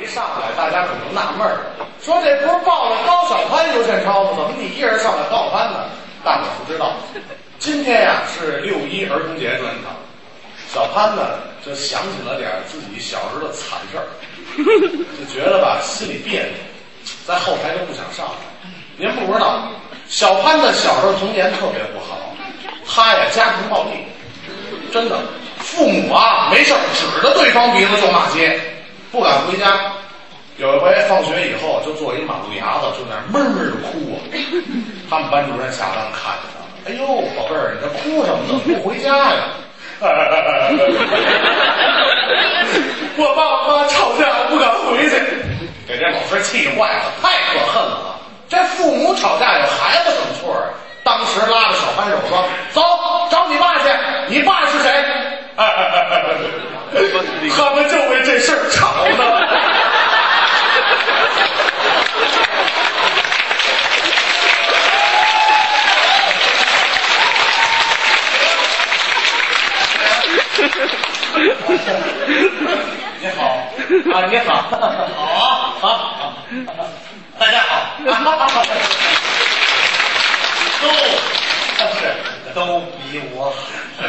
一上来，大家可能纳闷儿，说这不是报了高小攀刘宪超吗？怎么你一人上了高小攀呢？大伙儿不知道，今天呀、是六一儿童节专场，小潘呢就想起了点儿自己小时候的惨事儿，就觉得吧心里别扭，在后台都不想上来。您不知道，小潘的小时候童年特别不好，他呀家庭暴力，真的，父母啊没事儿指着对方鼻子就骂街，不敢回家。有一回放学以后，就坐一马路牙子，就在那儿闷闷的哭啊。他们班主任下班看着他，哎呦，宝贝儿，你这哭什么呢？怎么不回家呀？ 我爸我妈吵架，我不敢回去，给这老师气坏了，太可恨了。这父母吵架有孩子什么错啊？当时拉着小潘手说：“走，找你爸去，你爸是谁？”哎他们就为这事儿吵 呢。你好啊，你好，好好好，大家好。都是都比我好。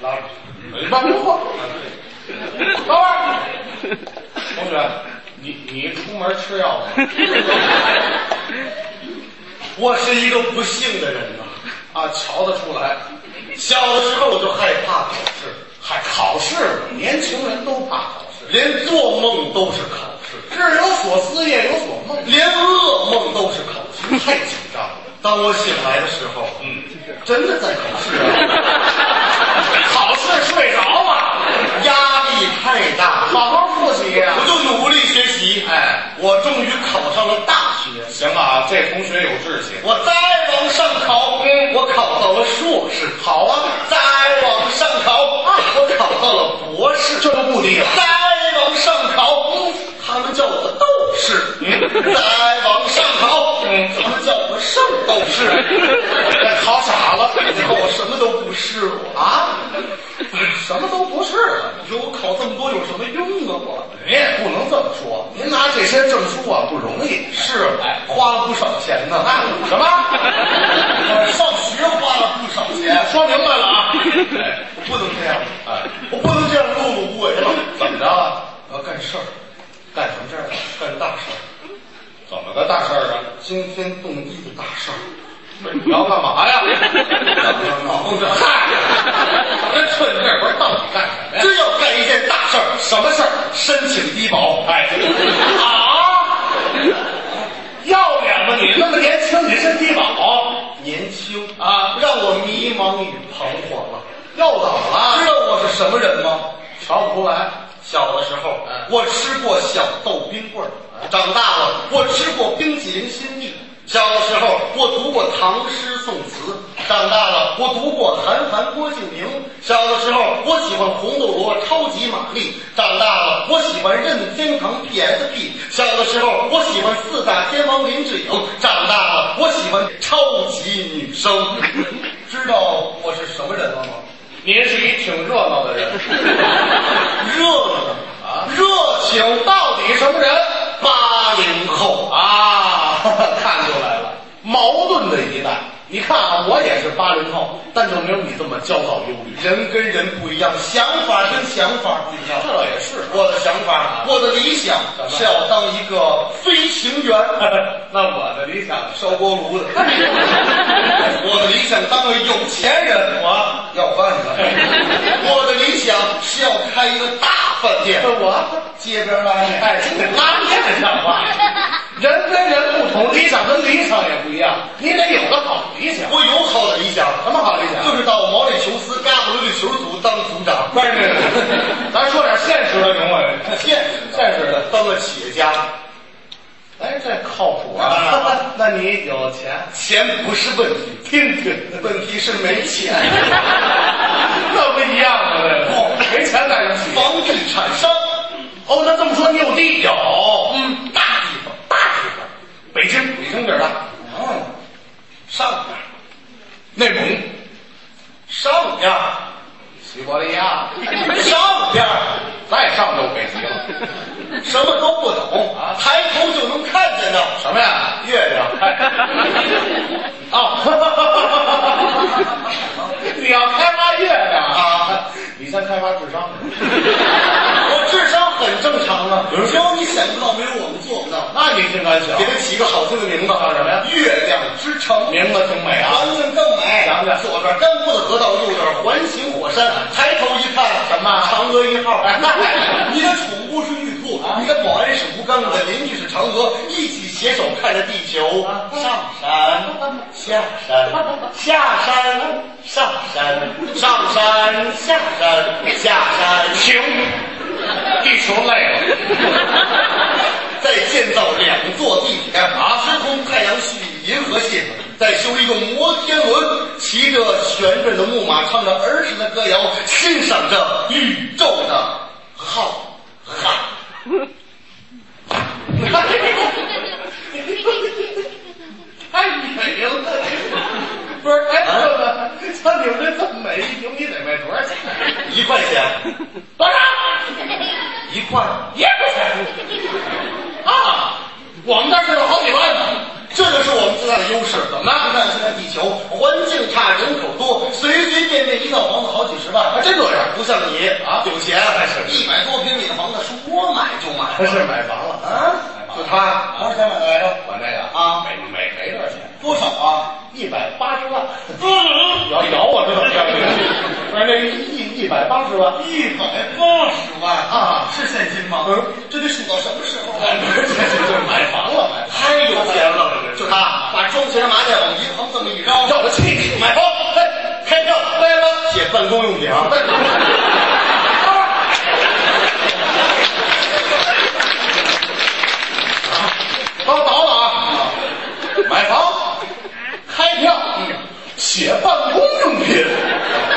老师，你慢着说。老师，同学，你你出门吃药吗？我是一个不幸的人呐、啊，瞧得出来。小的时候我就害怕考试，还考试呢，年轻人都怕考试，连做梦都是考试，日有所思，夜有所梦，连噩梦都是考试，太紧张了。当我醒来的时候，嗯，真的在考试啊，考试睡着了。压力太大，好好复习呀、我就努力学习。哎，我终于考上了大学。行啊，这同学有志气。我再往上考，嗯我考到了硕士。好啊，再往上考，哦我考到了博士。这就不低啊了。再往上考，他们叫我斗士。再往上考，他们叫我圣斗士。考傻了，以后我什么都不是我嗯啊！什么都不是了。你说我考这么多啊有什么用啊？我您也不能这么说，您拿这些证书啊不容易。是哎，花了不少钱呢。啊，什 么？我上学花了不少钱，说明白了啊！ 哎我不能这样，哎，我不能这样碌碌无为了。 怎么着啊？我要干事儿，干什么事儿啊？干大事儿，怎么个大事儿啊？惊天动地的大事儿。你要干嘛 呀？怎么着脑子？ 嗨，这蠢事儿不是到底干什么呀？真要干一件大事儿，什么事儿？申请低保。 哎，啊！要脸吗你？那么年轻，你身体好年轻啊？让我迷茫与彷徨了。又怎么了？知道我是什么人吗？瞧不出来。小的时候嗯，我吃过小豆冰棍儿；长大了，我吃过冰淇淋心蜜。小的时候，我读过唐诗宋词；长大了，我读过韩寒、郭敬明。小的时候，我喜欢红斗罗、超级玛丽；长大了，我喜欢任天堂 PSP。小的时候，我喜欢四大天王林志颖；长大了，我喜欢超级女生。 知道我是什么人了吗？您是一挺热闹 的人，热闹啊，热情到到底什么人八零后啊，啊？ 看出来了，矛盾的一代。你看啊，我也是八零后，但就没有你这么焦躁忧虑。 人跟人不一样，想法跟想法不一样。这倒也是我的想法，我的理想什么是要当一个飞行员，那我的理想 烧锅炉的。 我的理想当个有钱人，我要饭的。 我的理想是要开一个大饭店是，我，街边拉面。哎，拉面像话。 人跟人不同，理想跟理想也不一样，你得有个好理想。我有好的理想，什么好理想？就是到毛里求斯、嘎布罗利球组当组长。不是， 咱说点现实的行不行？现现实的。当个企业家，哎，这靠谱 啊啊！那你有 钱？钱不是问题，听听，问题是没钱。那不一样啊！这没钱干什么？房地产商，哦，那这么说你有地有？嗯，大地方，大地方，北京，北京这儿大，嗯，上边儿，内蒙，上边儿， 西伯利亚，上边儿， 再上就北极了。什么都不懂，啊抬头就能看见的什么呀？月 亮。哦，你要开发月亮啊？ 你先开发智商。我智商很正常啊，嗯只有你想不到，没有我们做不到。那你挺敢想给，它起个好听的名字，叫什么呀月亮之城。名字挺美啊。环境更美，想想左边干枯的河道，右边环形火山。抬头一看，什么嫦娥一号 哎。你的宠物是玉兔，你的保安是吴刚，你的邻居是嫦娥，一起携手看着地球啊上山下山，下山上山，上山下山，下山。停，地球累了。 再建造两座地铁啊，直通太阳系银河系，再修一个摩天轮，骑着旋转的木马，唱着儿时的歌谣，欣赏着宇宙的浩瀚。太美哎了！不是，哎，啊哥哥，像你们这这么美一平米得卖多少钱？一块钱，多少？一块，一块钱啊！我们那儿就有好几万呢。这就是我们最大的优势。怎么了？看现在地球环境差，人口多，随随便便一套房子好几十万，还啊真这样。不像你啊有钱，还是一百多平米的房子，说买就买他是买房了，啊就他多少钱买的来着？我那个啊没没没多少钱，多少啊？一百八十万。咬咬我这怎么着？不是那 一一百八十万，一百八十万啊是现金吗？这得数到什么时候啊？哎就是买房了，买房太有钱了，就就他把装钱麻将往银行这么一扔，要了气，买房，嘿，开票，来吧。写办公用品啊。 帮我倒了啊！买房，开票，写办公用品，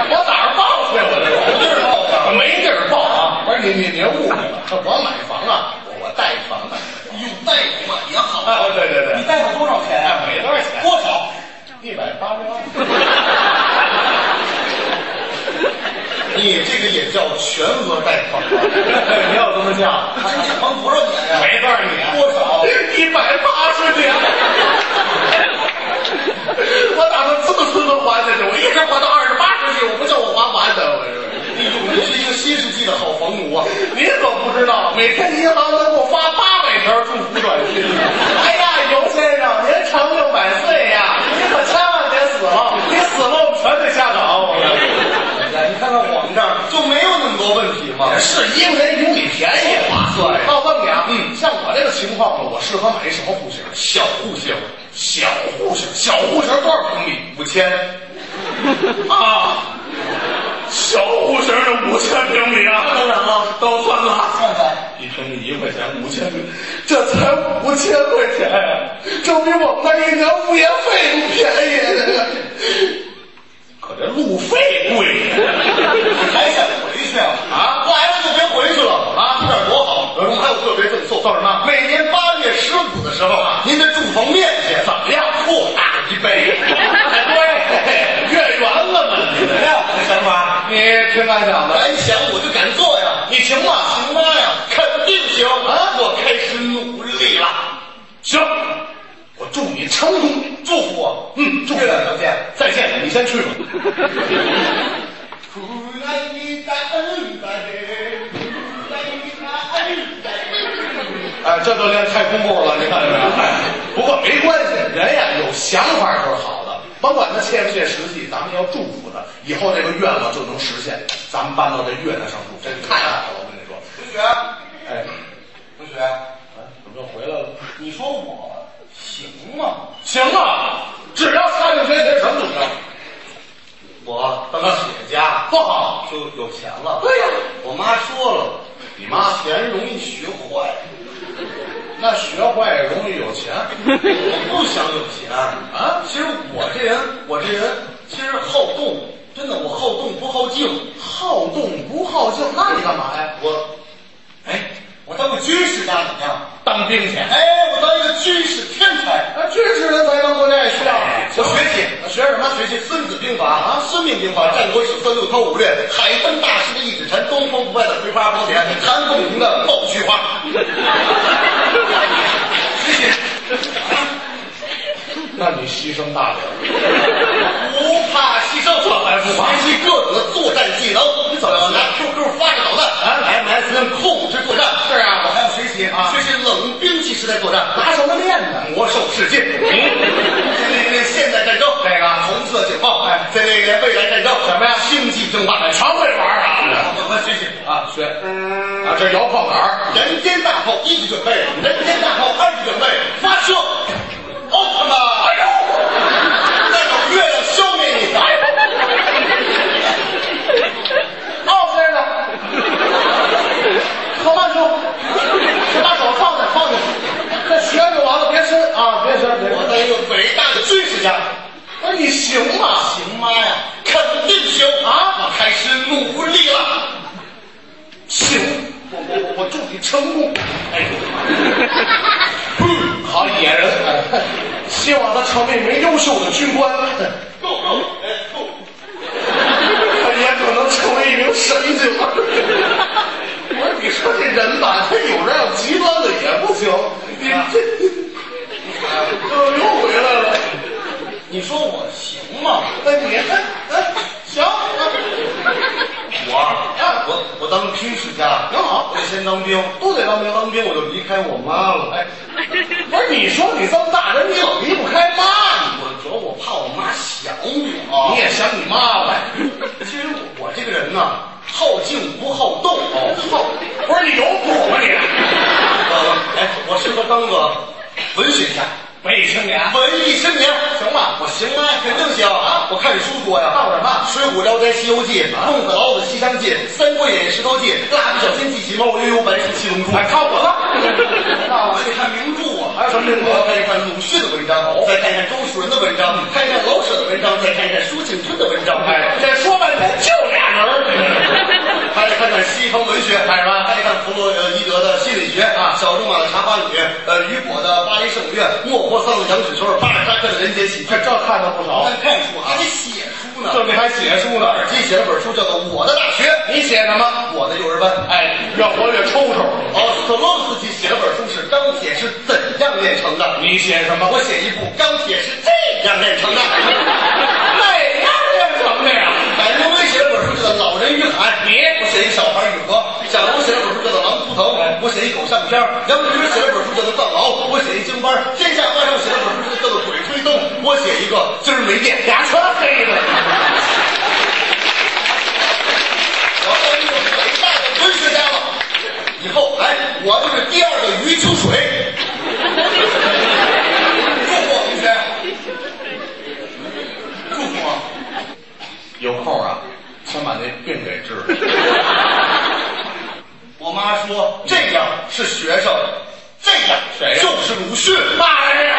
我哪儿报去？我这有地儿报我没地儿报啊！不是你你别误会了，我买房啊，我我贷房啊。有贷款也好啊，对对哎你贷款多少钱啊？没多少钱多少？一百八十万。你这个也叫全额贷款啊？你要这么叫，这一房多少年呀？没多少年，多少？一百八十年。我打算这么这么还下去，我一直还到二十八世纪，我不叫我还完的，我这。你你是一个新世纪的好房奴啊！您可不知道，每天银行都给我发八百条祝福短信。哎呀，尤先生，您长命百岁呀！您可千万别死了，你死了我们全得下岗。我们哎你看看我们这儿就没有那么多问题嘛。是因为有你便宜划算。那我问你啊，嗯，像我这个情况呢，我适合买一什么户型？小户型小户型，小户型多少平米？五 千。啊，小户型的五千平米啊，当然了都算了，看看，一平米一块钱，五千平，这才五千块钱呀，这比我们那一年物业费都便宜， 可这路费贵呀，你还想回去啊？啊来了就别回去了啊！这儿多好，嗯我们还有特别赠送，送什么每年八月十五的时候啊，您的住房面积怎么样？扩大一 哎倍。对，月圆了嘛，你怎么样，我的想法？你挺敢想的，敢想我就敢做呀！你行吗？行妈呀，肯定行啊！我开始努力了，行，我祝你成功，祝福我。嗯，祝月亮条件。再见，你先去吧。苦来一代恩来，苦来一代恩来。哎，这都练太空步了，你看见没有？不过没关系，人呀有想法就是好的，甭管他切不切实际，咱们要祝福他，以后这个愿望就能实现。咱们搬到这月亮上住，真太好了！我跟你说，同学，哎，同学。哎怎么又回来了？你说我行吗？行啊，只要上学学什么怎么着，我当企业家不好。就有钱了。对呀我妈说了，你妈钱容易学坏，那学坏容易有钱，我不想有钱啊。其实我这人，我这人其实好动，真的，我好动不好静。好动不好静，那你干嘛呀？我，哎，我当个军事家怎么样？当兵去。哎，我当一个军事天才。那军事人才当国家也需要啊。我学习，学什么？学习《孙子兵法》啊，《孙命兵法》《战国史》《三六韬五略》《海奔大师的一指禅》《东方不败的葵花宝典》《韩凤鸣的爆菊花》。那你牺牲大了。不怕牺牲，这还不怕？学习各种的作战技能，你怎么拿 QQ 发射导弹？MSN 控制作战，是啊我还要学习啊学习冷兵器时代作战，拿什么练呢？魔兽世界，那个现代战争，这个红色警报，哎在那个未来战争，什么呀星际争霸，常会玩啊！我们学习啊，学啊，这摇炮杆儿人间大炮一级准备，人间大炮二级准备，发射，奥特曼，哎呦，再有月亮消灭你，哎呦。哦，这呢？好慢说，先把手放下，放下。这学就完了，别伸啊，别伸，别我伸。当一个伟大的军事家，不是你行吗？行妈呀，肯定行啊！我开始努力了，行，我我我我祝你成功。哎，嗯，好野人，希望他成为一名优秀的军官，够够哎够！他也可能成为一名神经。我说，你说这人吧，他有时候极端的也不行，你这哎又又回来了。你说我行吗？那你哎行，我啊，我我当军事家挺好我得先当兵，都得当兵。当兵我就离开我妈了。哎， 不是你说你这么大人，你怎么离不开妈呢？我主要我怕我妈想我，你也想你妈呗？其实我我这个人呢，好静不好动哦，好。不是你有谱吗你？呃，哎，我适合当个文学家。文艺青年啊文艺青年，行吧？我行啊，肯定行啊！我看书多呀，看什么《水浒》《聊斋》《西游记》《孟子》《老子》《西厢记》《三国演义》《石头记》《蜡笔小新》《机器猫》《悠悠白书》《七龙珠》。哎，看我的，那我得看名著啊，哦还有什么名著我要看一看鲁迅的文章，再看一看周树人的文章，看一看老舍的文章，再看一看舒庆春的文章，哎，这说半天就俩人儿，还得看看西方文学，哎是吧？还得看弗洛呃伊德的心理学啊，小仲马的《茶花女》，呃，雨果的《巴黎圣母院》，莫泊桑的《羊脂球》，巴尔扎克的《人间喜剧》。这这看的不少，看书还得写书呢。这你还写书呢？自己写了本书叫做《我的大学你写什么？》，我的幼儿班。哎，越活越抽抽。奥斯特洛斯基写了本书是《钢铁是怎样炼成的》，你写什么？哎我写一部《钢铁是这样炼 成的》。哪样变成的呀？哎海明威写了本书叫做《老人与海》，你我写一小孩与河。蒋龙写了本书叫做《狼图腾》，我写一狗相片。杨明写了本书叫做《藏獒》，我写一京班。天下万寿写了本书叫做《鬼吹灯》，我写一个今儿没电。俩全黑的。我当一个伟大的文学家了。以后，哎，我就是第二个余秋水。祝福我同学，祝福我。有空啊，先把那病给治了。我妈说，这样是学生，这样谁呀就是鲁迅。妈呀！ 嗯哎哎